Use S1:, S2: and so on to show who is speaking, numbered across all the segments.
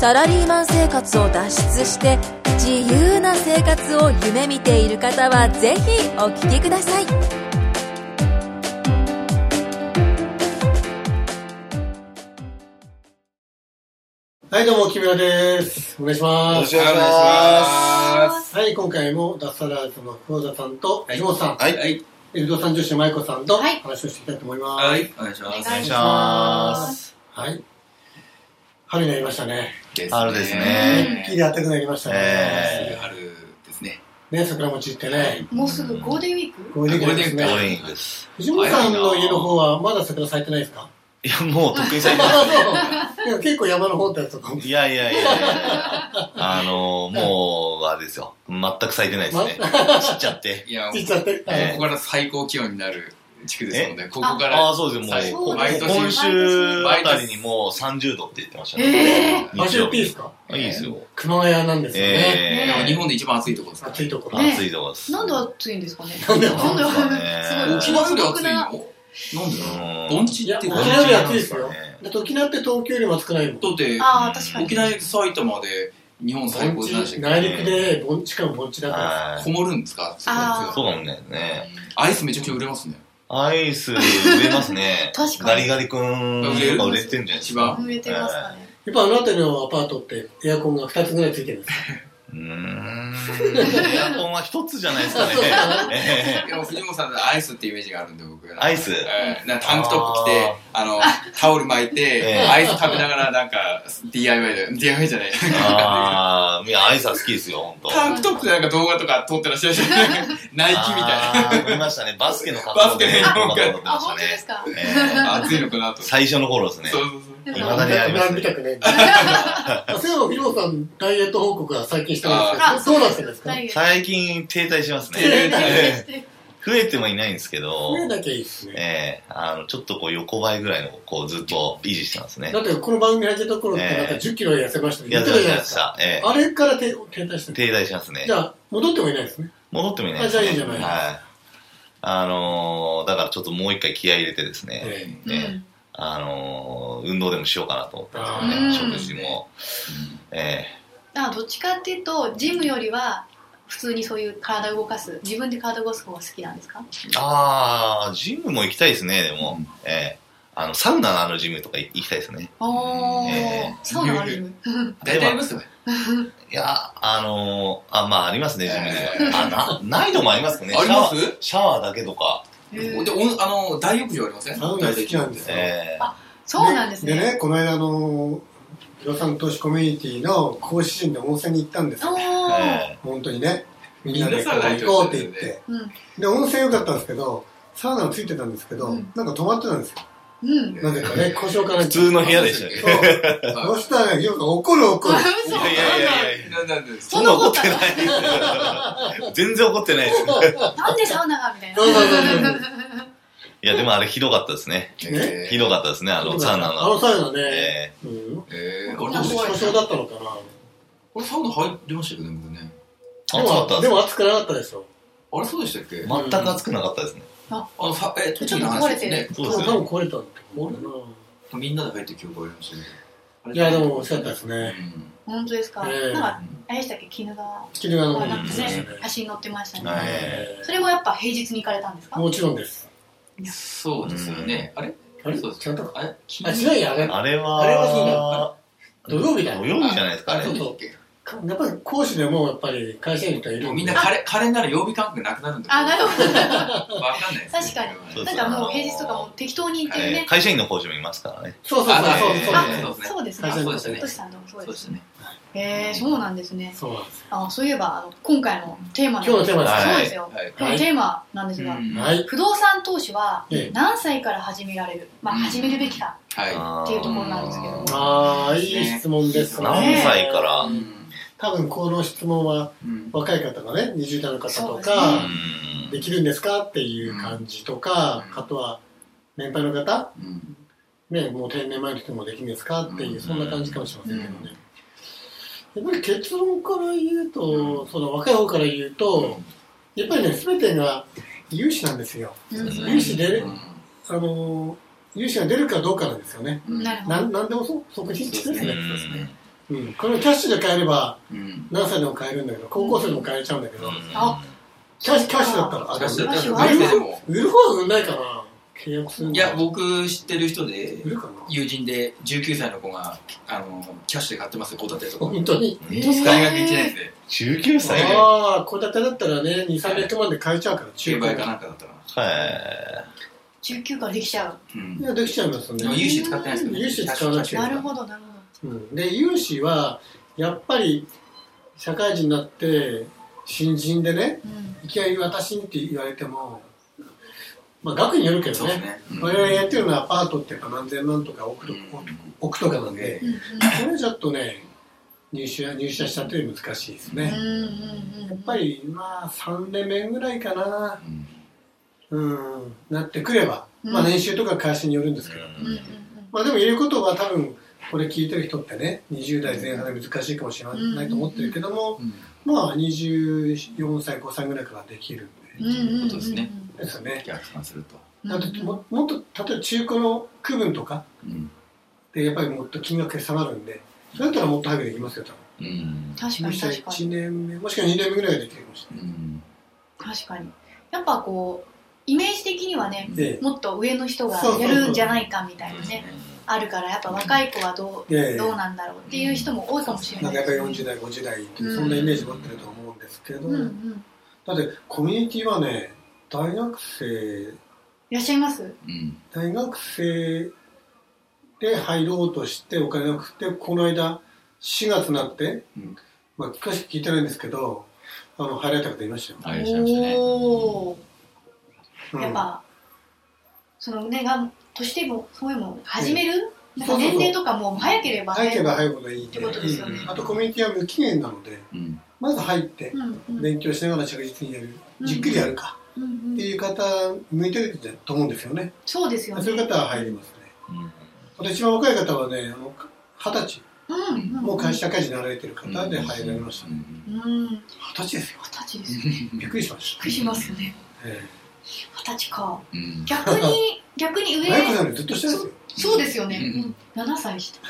S1: サラリーマン生活を脱出して自由な生活を夢見ている方はぜひお聞きください
S2: はい、どうも、木村です。お願いし
S3: お
S2: ます。
S3: 願いします。
S2: はい、今回も脱サラーズの久保田さんと
S4: はい
S2: 藤本さん、
S3: はい。はい。
S2: え不動産女子の舞子さんと
S5: はい
S2: 話をしていきたいと思います。
S4: はい、お願いします。
S5: お願いし
S3: ま。
S5: ます
S2: はい。春になりましたね。
S3: 春です
S2: 一
S3: ね。
S2: 気に暖かくなりました
S3: え
S2: ね。
S4: 春ですね。
S2: ね、桜餅行ってね。
S5: もうすぐゴールデンウィーク
S2: ゴールデンウィークです
S4: ゴールデンウィー
S3: 多
S2: ね。
S3: いんです。
S2: 藤本さんの家の方はまだ桜咲いてないですか
S3: いや、もう得意されてま
S2: あそういや結構山の方ってやつとかも。
S3: す。いやいやいやいやあの、もう、あれですよ。全く咲いてないですね。散っちゃって。
S4: いや、
S2: 行っ
S4: こ
S2: ちゃって。
S3: え
S4: こから最高気温になる地区ですもんね。ここか
S3: あ
S4: ら
S3: あ、。そうですよ。もう、こ
S4: 毎年
S3: 今週あたりにもう30度って言ってましたね。
S5: ええ
S2: 場所
S3: 日
S2: 言
S3: 曜
S2: っていいで
S3: 日
S2: す。か
S3: いいですよ。
S2: 熊谷なんですよね。
S3: え
S4: でも
S3: え。
S4: 日本で一番暑いところですから
S2: 暑。いところ。
S5: ね
S3: 暑いとこです。
S5: なんで暑いんですかね
S2: なんで
S5: なんで
S3: なんかね
S5: す
S4: 沖
S5: ごい
S4: 縄より暑い
S5: 独特
S4: の
S5: な
S4: なんでだろう。盆地って
S2: いや沖縄より暑い
S4: だ
S2: ですよで沖縄って東京よりも暑くないもん。
S4: って、
S5: ああ確かに。
S4: 沖縄より埼玉で日本最
S2: 盆
S4: 高
S2: 地
S4: じゃないですか。
S2: 内陸で盆地かも盆地だから
S3: は
S4: こもるんですか
S3: い。
S4: そ
S3: そううかもね。
S4: アイスめちゃくちゃ売れますね。
S3: アイス売れますね
S5: 確かに
S3: ガリガリ君とか売れてんじゃないですか。
S5: 植えてますかね
S2: やっぱあの辺りのアパートってエアコンが2つぐらいついてるんですよ
S3: うーん。エアコンは一つじゃないですかね。 え
S4: いや藤本さんってアイスってイメージがあるんで僕
S3: アイス
S4: えーなんかタンクトップ着てあのタオル巻いて、
S3: ええ
S4: アイス食べながらなんか DIY で DIY じゃない
S3: えああ、いや、アイスは好きですよ、ほんと。
S4: タンクトップでなんか動画とか撮ってらっしゃるじゃないナイキみたい
S3: あー見ましたね。バスケの格好で。
S4: バスケの格好で
S3: 撮って
S5: あ
S3: ました
S5: 本当で
S3: ね。
S5: すか
S3: ええ
S4: な暑いのかなと、
S3: 最初の頃ですね
S4: そう。そうそう
S5: でも
S3: いまだにあります
S2: 見
S3: ね
S2: たくね。そういえば、ヒロさん、ダイエット報告は最近して
S5: あ
S2: ま
S5: あ
S2: すけど、どうなってるんですか
S5: ないよ
S3: 最近停滞しますね。
S4: 停滞
S3: ええ増えてもいないんですけど
S2: 増、えなきゃいいですね。
S3: ええあの、ちょっとこう横ばいぐらいの、こうずっと維持してますね
S2: だ。って、この番組始めた頃って、
S3: ええ
S2: なんか10キロ痩せましたね。
S3: や
S2: 言っ
S3: って
S2: た
S3: てま
S2: じゃない
S3: し
S2: ですか。
S3: た。え
S2: あれから停停滞し
S3: え
S2: てる。
S3: 停滞しますね
S2: じ。ゃあ、戻ってもいないですね。
S3: 戻ってもいないです、
S2: あ
S3: ね。
S2: じゃあいいじゃない
S3: はい。あのーだからちょっともう一回気合い入れてですね、
S2: ええ
S5: うん
S3: ねあのー運動でもしようかなと思ってます
S5: う
S3: ね、
S5: ん
S3: 食事も。え
S5: あどっちかっていうとジムよりは普通にそういう体を動かす自分で体を動かす方が好きなんですか
S3: えああ、ジムも行きたいですね、でも。ええあの、サウナのあるジムとか行きたいですね。
S5: お
S3: え
S5: ーサウナあるジム
S4: 大体ありますよね
S3: いや、あのーあ、まあありますね、ジム
S4: え
S3: には。あ、な、ないのもありますね。
S4: あります
S3: シャワーシャワーだけとか。
S5: へ
S4: で
S5: ー
S4: おあの大浴場ありません
S2: サウナ好きなんですよ。
S3: ええ
S5: あそうなんです
S2: で
S5: ね
S2: ね、この間、あの、ヒロさん投資コミュニティの講師陣で温泉に行ったんです
S5: お
S2: よ。
S5: ー
S3: え
S2: 本当にね。みんなでこ
S4: みんなサウナ
S2: う行こうって言っ
S4: 行
S2: て。
S5: うん
S2: で、温泉良かったんですけど、サウナもついてたんですけど、
S5: うん
S2: なんか止まってたんですよ。
S5: うん
S2: なぜかね、故障か
S3: え
S2: ら
S3: 普通の部屋でしたね。
S2: そう。そしたらね、よく怒る怒る。
S3: い
S5: 嘘
S3: やいやいやいや。
S4: なんなんです
S3: そんな怒ってない。全然怒ってないです。
S5: なんでサウナがみたいな
S2: そうそうそうそう
S3: いや、でもあれひどかったですね。
S4: え
S3: ひどかったですね、あの、サウナ
S2: あの
S3: の。
S2: サウナね。
S3: え
S2: うん。
S4: えー、
S2: 故
S4: 俺
S2: 障故障だったのか
S4: 俺サウナ入りましたけどね僕ね
S3: ー、
S2: な。
S3: 暑かった
S2: で
S3: で
S2: も暑くなかったでしょ。
S4: あれそうでしたっけ、
S3: す。全く暑くなかったですね。
S4: あのさえ途中の話ですね
S3: そ
S2: 多
S3: うです
S2: 分
S3: よ。
S2: 超えたんだと思う
S4: みんなで入って記憶がありましたね
S2: ないや、でも惜しかったですね。
S4: うん
S5: 本当ですか、
S2: ええ
S5: なんかあれでしたっけ鬼怒川
S2: 君があの、
S5: なんん
S3: か
S5: か
S3: ね
S5: ね、写真載ってましたね、
S3: はい
S2: え
S5: それもやっぱ平日に行かれたんです
S2: ー
S5: か
S2: もちろんです。
S4: そうですよね。あれ
S2: あれ
S4: そうです
S2: 違ったか
S4: あれ金
S2: あ、違うや、あれ。
S3: あれ
S2: あれはそう
S3: は、
S2: 土曜日だ
S3: 土
S2: よ。
S3: 曜日じゃないですか、あれ
S4: そう。だっけ
S2: やっぱり講師でも、やっぱり会社員の人がいる
S4: も
S2: で
S4: うみんなカレー、カレーなら曜日感覚なくなるんだ
S5: あなるほど
S4: ど。わかんないですね。
S5: 確
S3: そ
S5: なんかもう平日とかも適当に行ってる
S3: えー
S5: ね、
S3: 会社員の講師もいますからね。
S2: そうそうそう
S4: あ
S2: そう
S4: えー
S2: そう
S5: あ
S2: そう。
S4: そうですね
S5: そ
S2: 会社員
S4: そう
S5: うですね
S4: ですね
S5: トシさんともそう
S4: そう
S5: で
S4: ですすね。
S5: へえー、そうなんですね
S2: そうなんですよ。
S5: あそういえばあの今回のテーマなん
S2: 今日のテーマです
S3: はい
S5: そうですよ、
S4: はい。
S5: 今日のテーマなんですが、
S4: うん
S2: はい。
S5: 不動産投資は
S2: ええ
S5: 何歳から始められる、まあ、
S4: うん
S5: 始めるべきか
S4: は
S3: あー
S5: っていうところなんですけども
S2: ああ、いい質問ですね。
S3: 何歳から
S4: い。うん
S2: 多分この質問は
S4: うん
S2: 若い方がね、20代の方と
S5: そうです
S2: か
S3: う、ん
S2: できるんですかっていう感じとか、
S4: うん
S2: あとは年配の方、
S4: うん
S2: ね、もう定年前の人もできるんですかっていう、
S3: うん
S2: そんな感じかもしれませんけどね。やっぱり結論から言うと、その若い方から言うと、やっぱりね、すべてが融資なんですよ。
S5: うん
S3: うん
S2: 融資出る
S4: う、
S2: あのー、融資が出るかどうかなんですよね。
S4: ん
S5: なるほど
S2: なん、なんでもそう、即日です
S4: そう
S2: ね。
S4: ですね
S2: うん。これをキャッシュで買えれば、
S4: うん
S2: 何歳でも買えるんだけど、高校生でも買えちゃうんだけど、
S5: あ
S2: キャッシュ、キャッシュだったら、
S4: キャッシュだ
S5: ったら
S2: あでも
S5: キャッシ
S4: ュでも
S2: 売る方は売んないかな。契約するの
S4: いや、僕知ってる人で
S2: 売るかな。
S4: 友人で19歳の子があのキャッシュで買ってますよ戸建てとか
S2: 本当に。
S3: え
S5: えー
S4: 大学1年生
S3: 19歳では
S2: ああ、戸建てだったらね、2、300万で買えちゃうから、
S4: 中
S2: 中
S4: 売
S2: 古
S4: かなんかだったら、
S3: い
S5: 19からできちゃ
S4: う
S2: い
S4: ん、
S2: や、できちゃいますよ
S4: でも
S2: ね。
S4: 融資使ってないですけど、
S2: 融資使わなく
S5: う
S2: て
S5: なるほどなる
S2: う
S5: ほ
S2: ん、で、融資は、やっぱり、社会人になって、新人でね、
S5: ど、うん、
S2: いきなり私にって言われても、まあ、額によるけど
S4: そうです
S2: ね。
S4: ね、うん
S2: 我々やってるのはアパートっていうか何千万とか億とか億とかなんで、
S5: うん
S2: これちょっとね、入社、入社したというより難しいですね。
S5: うんうんうん
S2: やっぱり、まあ、3年目ぐらいかな、
S4: うん
S2: うん、なってくれば、
S5: うん
S2: まあ、年収とか会社によるんですけど、
S5: うんうん
S2: まあ、でも言えることは多分、これ聞いてる人ってね、20代前半で難しいかもしれないと思ってるけども、
S4: うん
S2: まあ、24歳、5歳ぐらいからできるん
S5: うんうんうんうん
S4: ことですね
S2: でですよね。
S4: 逆算すると、
S2: だっても、もっと、例えば中古の区分とか
S4: うん
S2: で、やっぱりもっと金額が下がるんで、それだったらもっと早くできますよ、多分。
S3: うん
S5: 確か
S2: 入
S5: に
S2: 社
S5: 確かに
S2: 1年目、もしくは2年目ぐらいでできるかもし
S4: うん
S5: 確かにやっぱこうイメージ的にはね
S2: れない。で、
S5: もっと上の人がやるんじゃないかみたいなねあるからやっぱ若い子はどう、
S2: で
S5: どうなんだろうっていう人も多いかもしれ
S2: な
S5: なんい
S2: かやっぱり
S5: ですね
S2: 40代、50代っていう
S5: うん
S2: そんなイメージ持ってると思うんですけど、
S5: うんうん
S2: だってコミュニティはね、大学生、
S5: いらっしゃいます
S4: うん
S2: 大学生で入ろうとしてお金なくて、この間、4月になって、
S4: うん
S2: まあ、詳しく聞いてないんですけど、あの、入られた方いましたよ。
S4: あいらっしゃいましたね
S5: おお、
S2: うん
S5: やっぱそのねが年でもそういうのも始める、
S2: うん
S5: なんか年齢とかも早ければ
S2: 入
S5: 早
S2: けば
S5: い
S2: 入るほどいい
S5: っ
S2: と
S5: てことですよね、
S4: うん
S2: あとコミュニティは無期限なので、
S4: うん
S2: まず入って
S5: う、んうん
S2: 勉強しながら着実にやる、
S5: うん
S2: じっくりやるか
S5: うんう
S2: っ
S5: ん
S2: ていう方、向いてると思うんですよね。
S5: そうですよね
S2: そういう方は入りますね。
S3: うん
S2: あと一番若い方はね、あの二十歳、
S5: うんうん
S2: もう会社会人になられてる方で入られました
S4: う
S2: ね。
S4: ん
S5: うん
S2: 二
S5: 二
S2: 十歳ですよ。
S5: 十歳ですよ
S2: びっくりしまし。
S5: びったくりしますよね
S2: え
S5: 二十歳か
S4: うん
S5: 逆に逆に
S2: え
S5: 上
S2: 早くなるずっと下ですよ。
S5: そうですよね、
S4: うん
S5: うん、7歳下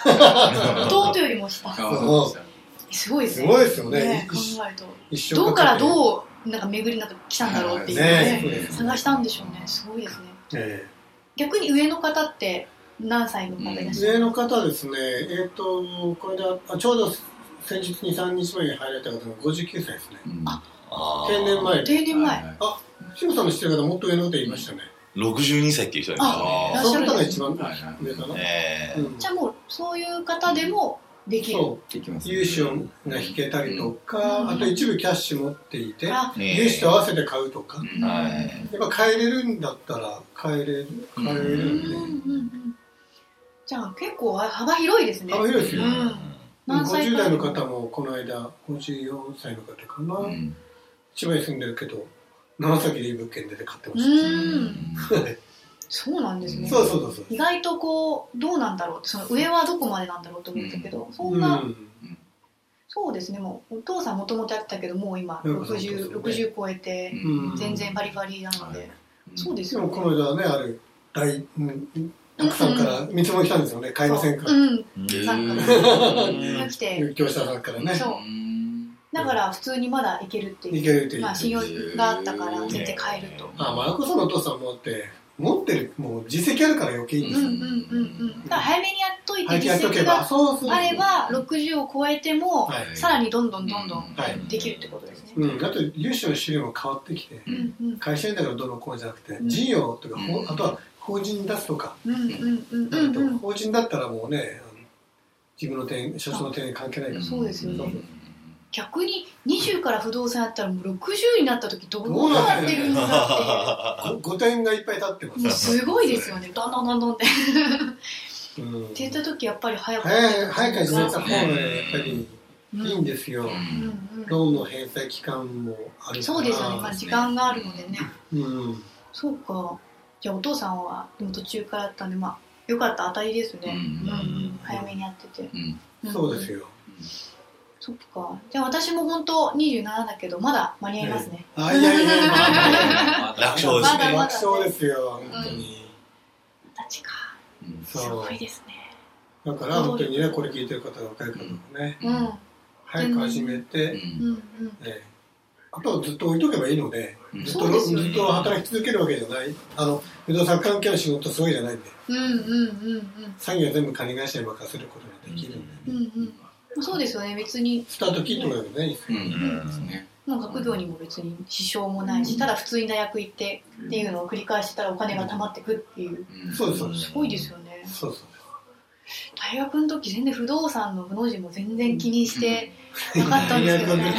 S5: 弟よりも下
S4: あそうですよ
S5: すごいです
S2: す
S5: ね
S2: ごいですよね
S5: ね。考えると
S2: 一生
S5: どうから
S2: う
S5: どうなんか巡りなんか来たんだろうっていう
S2: ね
S5: ね
S2: そうです
S5: 探したんでしょうねすごいですね
S2: え
S5: 逆に上の方って何歳の方いら
S2: え
S5: っし
S2: 上
S5: ゃる
S2: の方ですね、えっ、と、これで、あちょうど先日2、3日前に入られた方が59歳ですね。
S4: うん
S3: あー
S2: 定年前。
S5: 定年前
S4: はい
S2: 志保さんの知ってる方もっと上の方言いましたね。
S3: 62歳っていう人です
S5: あ
S3: よ
S5: らっ
S3: ね
S5: し
S2: そ
S5: ゃ
S2: の方が一番
S5: る
S4: はいはい
S2: 上かな。
S3: ねえ
S2: うん
S5: じゃあもうそういう方でもできる
S2: そう。
S4: できますね
S2: 融資をが引けたりとか、
S5: うん
S2: あと一部キャッシュ持っていて、
S5: あ
S3: ねえ
S2: 融資と合わせて買うとか、
S4: うん
S3: はい
S2: やっぱ買えれるんだったら買えれる買えれ
S5: うん
S2: るんで、
S5: うんうんじゃあ結構幅広いですね
S2: 幅広いですよ、
S5: うん何歳
S2: 50
S5: から
S2: 代の方もこの間54歳の方かな、
S4: うん
S2: 千葉に住んでるけど長崎でいい物件出て買ってま
S5: う
S2: し
S5: んそうなんです
S2: た、
S5: ね
S2: そうそうそうそう
S5: 意外とこうどうなんだろうその上はどこまでなんだろうと思ったけど、そんな、
S2: うん
S5: そうですねもうお父さんもともとやってたけどもう今
S2: うんそうそうそう
S5: 60, 60超えて
S2: うん
S5: 全然バリバリなので、
S4: はい
S5: そうです
S2: で
S5: よ
S2: も
S5: ね
S2: この間はねある大うんたくさんから見積もり来たんですよね買いませんか
S5: う
S2: ら、
S5: ん
S3: うん
S5: なんか
S4: うん
S5: 来て
S2: 業者さんからね
S5: そう
S4: うん
S5: だから普通にまだ行けるって
S2: い
S5: いう
S2: けるっていう、
S5: まあ信用があったから全然買えると、
S2: あまあ、こさんのお父さんもだって持ってるもう実績あるから余計に、
S5: うんうんうんうんだから早めにやっといて
S2: 早く
S5: 実
S2: やっとけ
S5: 績
S2: ば
S5: が
S2: そうそうそう
S5: あれば60を超えても
S2: はい
S5: さらにどんどんどんど
S2: はい
S5: んできるってことですね、
S2: うん、だって融資の資料も変わってきて
S5: うんうん
S2: 会社員だからどうのこうのじゃなくて、
S5: うん
S2: 事業とか、ほ
S4: うん
S2: あとは法人に出すとか、
S5: うんうんうん
S2: だ
S5: う
S2: けど
S5: んうん
S2: 法人だったらもうねあの自分の点所長の点関係ないから
S5: そうですよね
S2: そう
S5: 逆に20から不動産やったらもう60になった時どうなってるんだっ
S2: そうごご点がいっぱい立ってま
S5: てもう
S2: す、
S5: すごいですよねどんどんどんどんってっ
S2: うん、
S5: て言った時やっぱり早く
S2: 早い早く始めた方が
S4: そ
S2: ね
S4: うですね
S2: やっぱりいいんですよ、
S5: うんう
S2: ローンの返済期間もあるから
S5: ん、そうですよね、まあ、時間があるのでね
S2: うん、
S5: そうかじゃあお父さんはでも途中からだったんでまあよかった当たりですね、
S4: うん
S5: うんうん早めにやってて、
S4: うん
S5: ん
S2: そうですよ、
S5: そっかじゃあ私も本当27だけどまだ間に合いますね、
S2: あいやいやいや
S4: 楽
S3: 楽勝です
S5: ね
S2: 楽勝ですよ本当に、
S5: 二十歳か
S4: うん
S5: す
S2: そ
S5: ご
S2: う
S5: いですね
S2: だから本当にねこれ聞いてる方は若い方もね、
S5: うんうん
S2: 早く始めて、え
S4: うん
S5: うん
S2: えあとはずっと置いとけばいいので、
S4: うん
S2: ずっと、
S5: そうですよね
S2: ずっと働き続けるわけじゃないあの不動産関係の仕事すごいじゃないんで
S5: うんうんうん
S2: 作業は全部管理会社に任せることができるんで、
S5: うんうんうんそうですよね別に
S2: スタート切ってもらえばね、
S4: うんうんですね
S5: もう学業にも別に支障もないし、ただ普通に大学行ってっていうのを繰り返してたらお金が貯まってくっていう
S4: うん
S2: そうですそうです
S5: すごいですよね
S2: そうそう
S5: 大学の時全然不動産の不の字も全然気にしてなかったんですけどね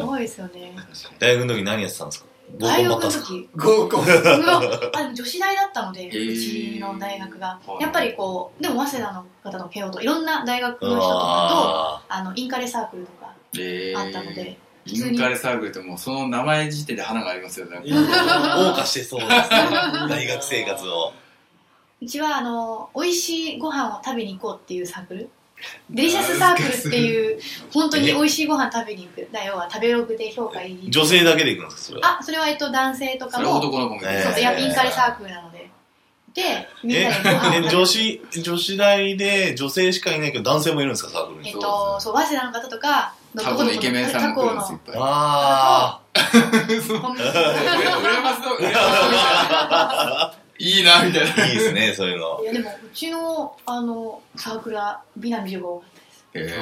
S5: すごいですよね
S3: 大学の時何やってたんですか合コ
S5: 大
S3: ンばっかで
S5: 学の
S3: すか
S5: 時
S2: 合コン
S5: うわあ女子大だったので、
S4: へー
S5: うちの大学が
S4: はい
S5: やっぱりこうでも早稲田の方の慶応といろんな大学の人とかと
S3: あ
S5: あのインカレサークルとか
S4: えー
S5: あったので、普
S4: イ
S5: 通に
S4: ンカレサークルってもうその名前時点で花がありますよね
S2: いや
S3: あ謳歌してそうですね大学生活を
S5: うちはあの美味しいご飯を食べに行こうっていうサー クルデリシャスサークルっていう本当に美味しいご飯食べに行くだ要は食べログで評価いい
S3: 女性だけで行くんですかそれは
S5: あそれはえっと男性とか
S4: それ
S5: も
S4: 男の子もいる
S3: ええ
S5: そうそういやインカレサークルなのででみん
S3: え
S5: なでご飯を
S3: え女 子女子大で女性しかいないけど男性もいるんですかサークル
S5: えっ
S3: に
S5: とそう早稲田の方とかの
S4: 多分ねイケメンさんも来るんですよいっぱい
S3: あ
S5: 過去の
S4: 羨ましそう羨ましそういいなみたい
S3: あ
S4: ない
S3: いですねそういうの
S5: いやでもうちのあのサークルは美男美女が多かったです
S4: へ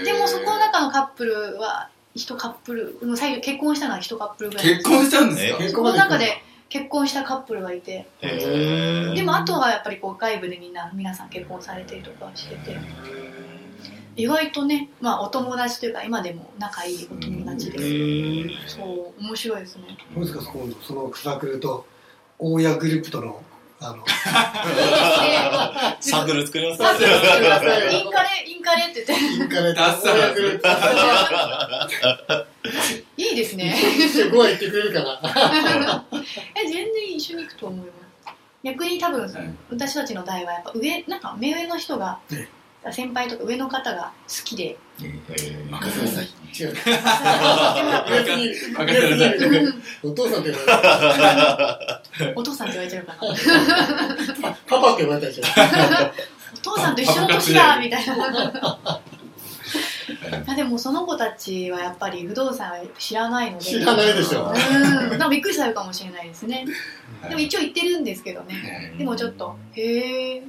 S4: ー
S5: でもそこの中のカップルは一カップルもう最後結婚したのは一カップルぐらい
S4: 結婚したんですか
S2: え
S5: そこの中で結婚したカップルがいて
S3: へー
S5: でもあとはやっぱりこう外部でみんな皆さん結婚されてるとかしてて意外とねまあお友達というか今でも仲いいお友達
S2: え
S5: で
S2: ー、
S5: すそう面白いですね
S2: どうですかそこそのサークルと大家グループとのあの
S3: サークル作ります
S5: サークル作ってくださいインカレインカレって言って
S2: インカレ
S4: ダッサ
S2: 大家グループ
S5: いいです ね
S2: すごい言ってくれるから
S5: え全然一緒に行くと思います逆に多分
S4: はい
S5: 私たちの代はやっぱ上なんか目上の人が先輩とか上の方が好 きで
S4: 任せなさい
S2: 違う
S4: 任せなさい
S2: お父さんって言われた
S5: お父さんって言われちゃうから
S2: パパって言われたでしょ
S5: お父さんと一緒の年だみたいなあでもその子たちはやっぱり不動産は知らないので
S2: 知らないでしょ
S5: うんなんかびっくりされるかもしれないですねでも一応行ってるんですけどね
S4: ね
S5: でもちょっとへえ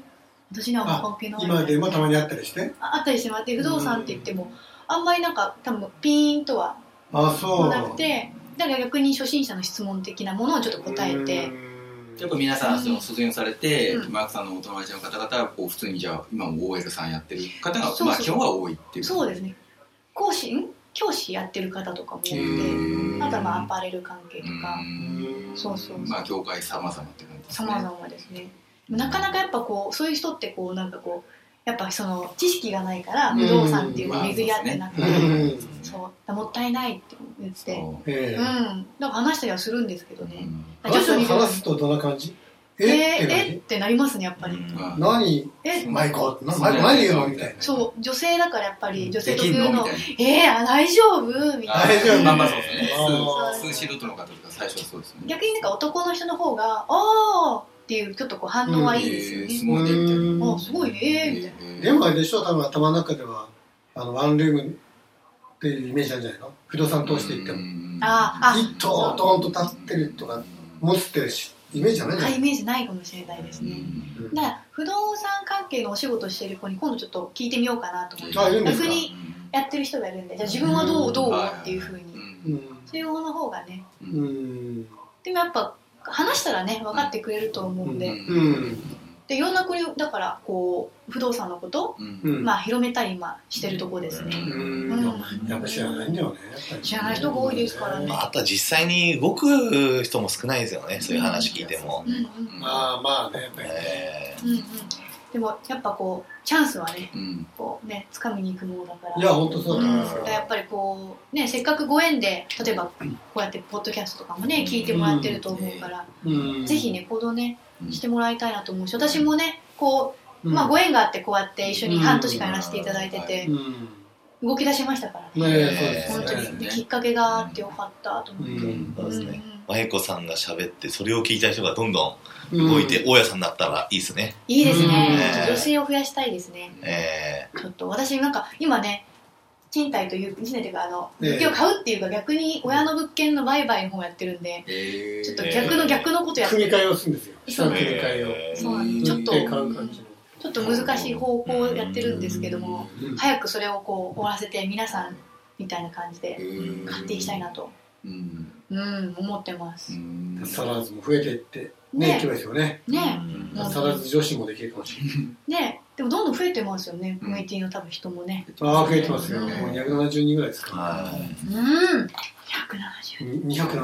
S5: 私にはあんま関係ない
S2: 今でもたまに会ったりして
S5: ああったりしてもらって不動産って言ってもあんまりなんか多分ピーンとは
S2: あそ
S5: 来
S2: う
S5: なくてだから逆に初心者の質問的なものをちょっと答えて
S4: やっぱ皆さんその卒業されて、
S5: うん
S4: マークさんのお友達の方々はこう普通にじゃあ今も OL さんやってる方が
S5: そうそう
S4: まあ今日は多いっていう
S5: そう
S4: で
S5: ですね講師ん教師やってる方とかも多くて
S4: うん
S5: あとはまあアパレル関係とかそうそうそう
S4: まあ業界様々って感じです
S5: さ
S4: ね
S5: まざまですねなかなかやっぱこうそういう人ってこうなんかこうやっぱその知識がないから不動産っていうのは巡り合ってなくて
S2: うんうん
S5: そうもったいないって言ってうん
S4: そ
S2: ええ
S5: だから話したりはするんですけど
S4: う
S5: ね徐
S2: 話す
S5: 々に徐々
S2: 話
S5: に
S2: すとどんな感じ
S5: えー
S2: えって
S5: えってなりますねやっぱり
S4: まあ
S2: 感じ何
S5: え
S2: マイコな何何言うのみたいな
S5: そう女性だからやっぱり女性
S4: で
S5: 特
S4: きん
S5: 有
S4: のみ
S5: の
S4: たい
S5: 「えー、あ大丈夫?」み
S4: な
S5: たい
S2: 大
S5: な
S2: 丈夫
S4: まあまあそうですね
S2: あー
S4: 普通普通素人の方とか最初はそうですね
S5: 逆になんか男の人の方が「おー」っていうちょっとこう反応はいいですよ
S4: えーす
S5: ね、
S4: ごいねみたいな
S5: あすごいねえーみたいな
S2: でもあれでしょ多分頭の中ではあのワンルームっていうイメージなんじゃないの不動産投資で言っても
S5: あーあ
S2: 一棟ドーンと立ってるとか持ってるしイメージじゃないじゃ
S5: あ
S2: ない
S5: イメージないかもしれないですね、だから不動産関係のお仕事してる子に今度ちょっと聞いてみようかなと思って
S2: あいるんです
S5: 逆
S2: か
S5: にやってる人がいるんでじゃあ自分はど
S2: う
S5: うんどう
S4: はい
S5: っていうふうに
S2: うん
S5: そういう方の方がね
S2: うん
S5: でもやっぱ話したらね分かってくれると思うんで,、
S2: うん
S5: でいろんな子にだからこう不動産のこと、
S2: うん
S5: まあ、広めたり今してるところですね、
S2: うん
S5: うん
S2: やっぱ知らないんだよねやっぱり
S5: 知らない人が多いですからね
S3: まあ、あとは実際に動く人も少ないですよねそういう話聞いても、
S5: うんうん
S2: まあまあねやっぱりね
S3: え
S5: うんうんでもやっぱこうチャンスはね
S4: うん
S5: こうね掴みに行くものだから
S2: いや本当そうだと思います
S5: だ
S2: よ
S5: からやっぱりこうねせっかくご縁で例えばこうやってポッドキャストとかもね聞いてもらってると思うから、
S2: うん
S5: ぜひね行動ね
S4: うん
S5: してもらいたいなと思うし私もねこう、
S2: うん
S5: まあ、ご縁があってこうやって一緒に半年間やらせていただいてて
S2: う、ん
S5: 動き出しましたからね
S2: ねえそうで
S5: 本
S2: す
S5: 当
S2: よ
S5: に、
S2: ね
S5: できっかけがあってよかったと思って、
S2: うん
S3: そうですね
S5: うん
S3: まゆこさんが喋ってそれを聞いた人がどんど
S2: うんん
S3: 動いて大家さんだったらいいですね、
S5: いいですね
S2: うん
S5: ちょっと女性を増やしたいですね
S3: え
S5: ちょっと私なんか今ね賃貸という賃貸というかあの
S2: ええ
S5: 物件を買うっていうか逆に親の物件の売買の方やってるんで
S4: えー
S5: ちょっと逆の逆のことやって
S2: 組
S5: る
S2: み替えをするんですよ下の
S3: ー
S2: 組み替えを
S3: えー
S5: そうなんですちょっと
S2: 組み替え買う感じの
S5: ちょっと難しい方向をやってるんですけども
S2: うん
S5: 早くそれをこう終わらせて皆さんみたいな感じで
S4: うん
S5: 買っていきたいなと、
S4: うん
S5: うん、思ってます
S4: う、ん
S2: サラーズも増えていってね
S5: ね
S2: いきますよね
S5: ね
S3: うん
S5: うん
S2: サラーズ女子もできるかもしれない
S5: ねでもどんどん増えてますよねコミュニティの多分人もね
S2: ああ増えてますよ
S5: う
S2: も
S5: ん
S2: う270人ぐらいですか
S3: はい
S5: うん170
S2: 270人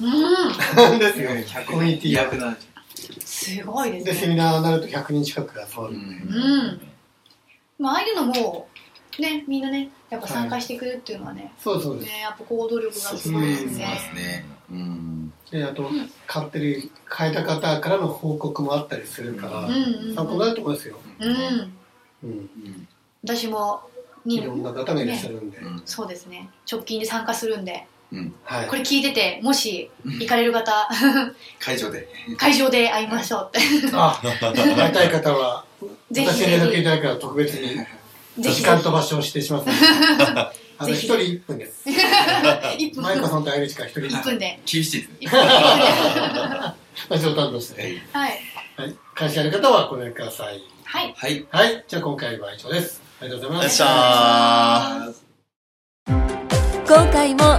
S5: うん
S2: ですよねコミュニティが
S4: 170
S5: すごいで
S2: ですセ
S5: ね
S2: ミナーになると100人近くが触
S4: う
S2: る
S5: うんんまあああいうのもねみんなねやっぱ参加してくれるっていうのはね、
S2: そうそうです
S5: ねやっぱ行動力がすごいですね
S4: そうですねうん
S2: であと
S5: ん
S2: 買ってる買えた方からの報告もあったりするから
S5: うんうん
S2: 参考になると思いますよ
S5: うん、
S2: うん
S4: うん
S5: 私も
S2: い
S5: に
S2: ろんな方がいらっしゃるんで
S4: うん
S5: そうですね直近で参加するんで
S2: はい
S5: これ聞いててもし行かれ る方
S4: 会場で
S5: 会場で会いましょうって
S2: あ会いたい方は
S5: ぜひ
S2: 私に
S5: ぜひ
S2: 連絡いただけば特別に
S5: ぜ
S2: 時
S5: ひ
S2: 間と場所を指定しますのであの
S5: ぜ
S2: 一
S5: ひ
S2: 人一分です
S5: 1分
S2: 舞子さんと会える時間一人一
S5: 1
S2: 分
S5: 分で
S4: 厳しいですね
S5: 一分で
S2: ラジオ担当して
S5: はい
S2: はい関心ある方はご連絡ください
S5: はい
S4: はい
S2: はいじゃあ今回は以上ですありがとうござい
S3: よ
S2: ま
S3: っ
S2: す
S3: しゃー
S1: 今回も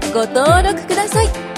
S1: ご登録ください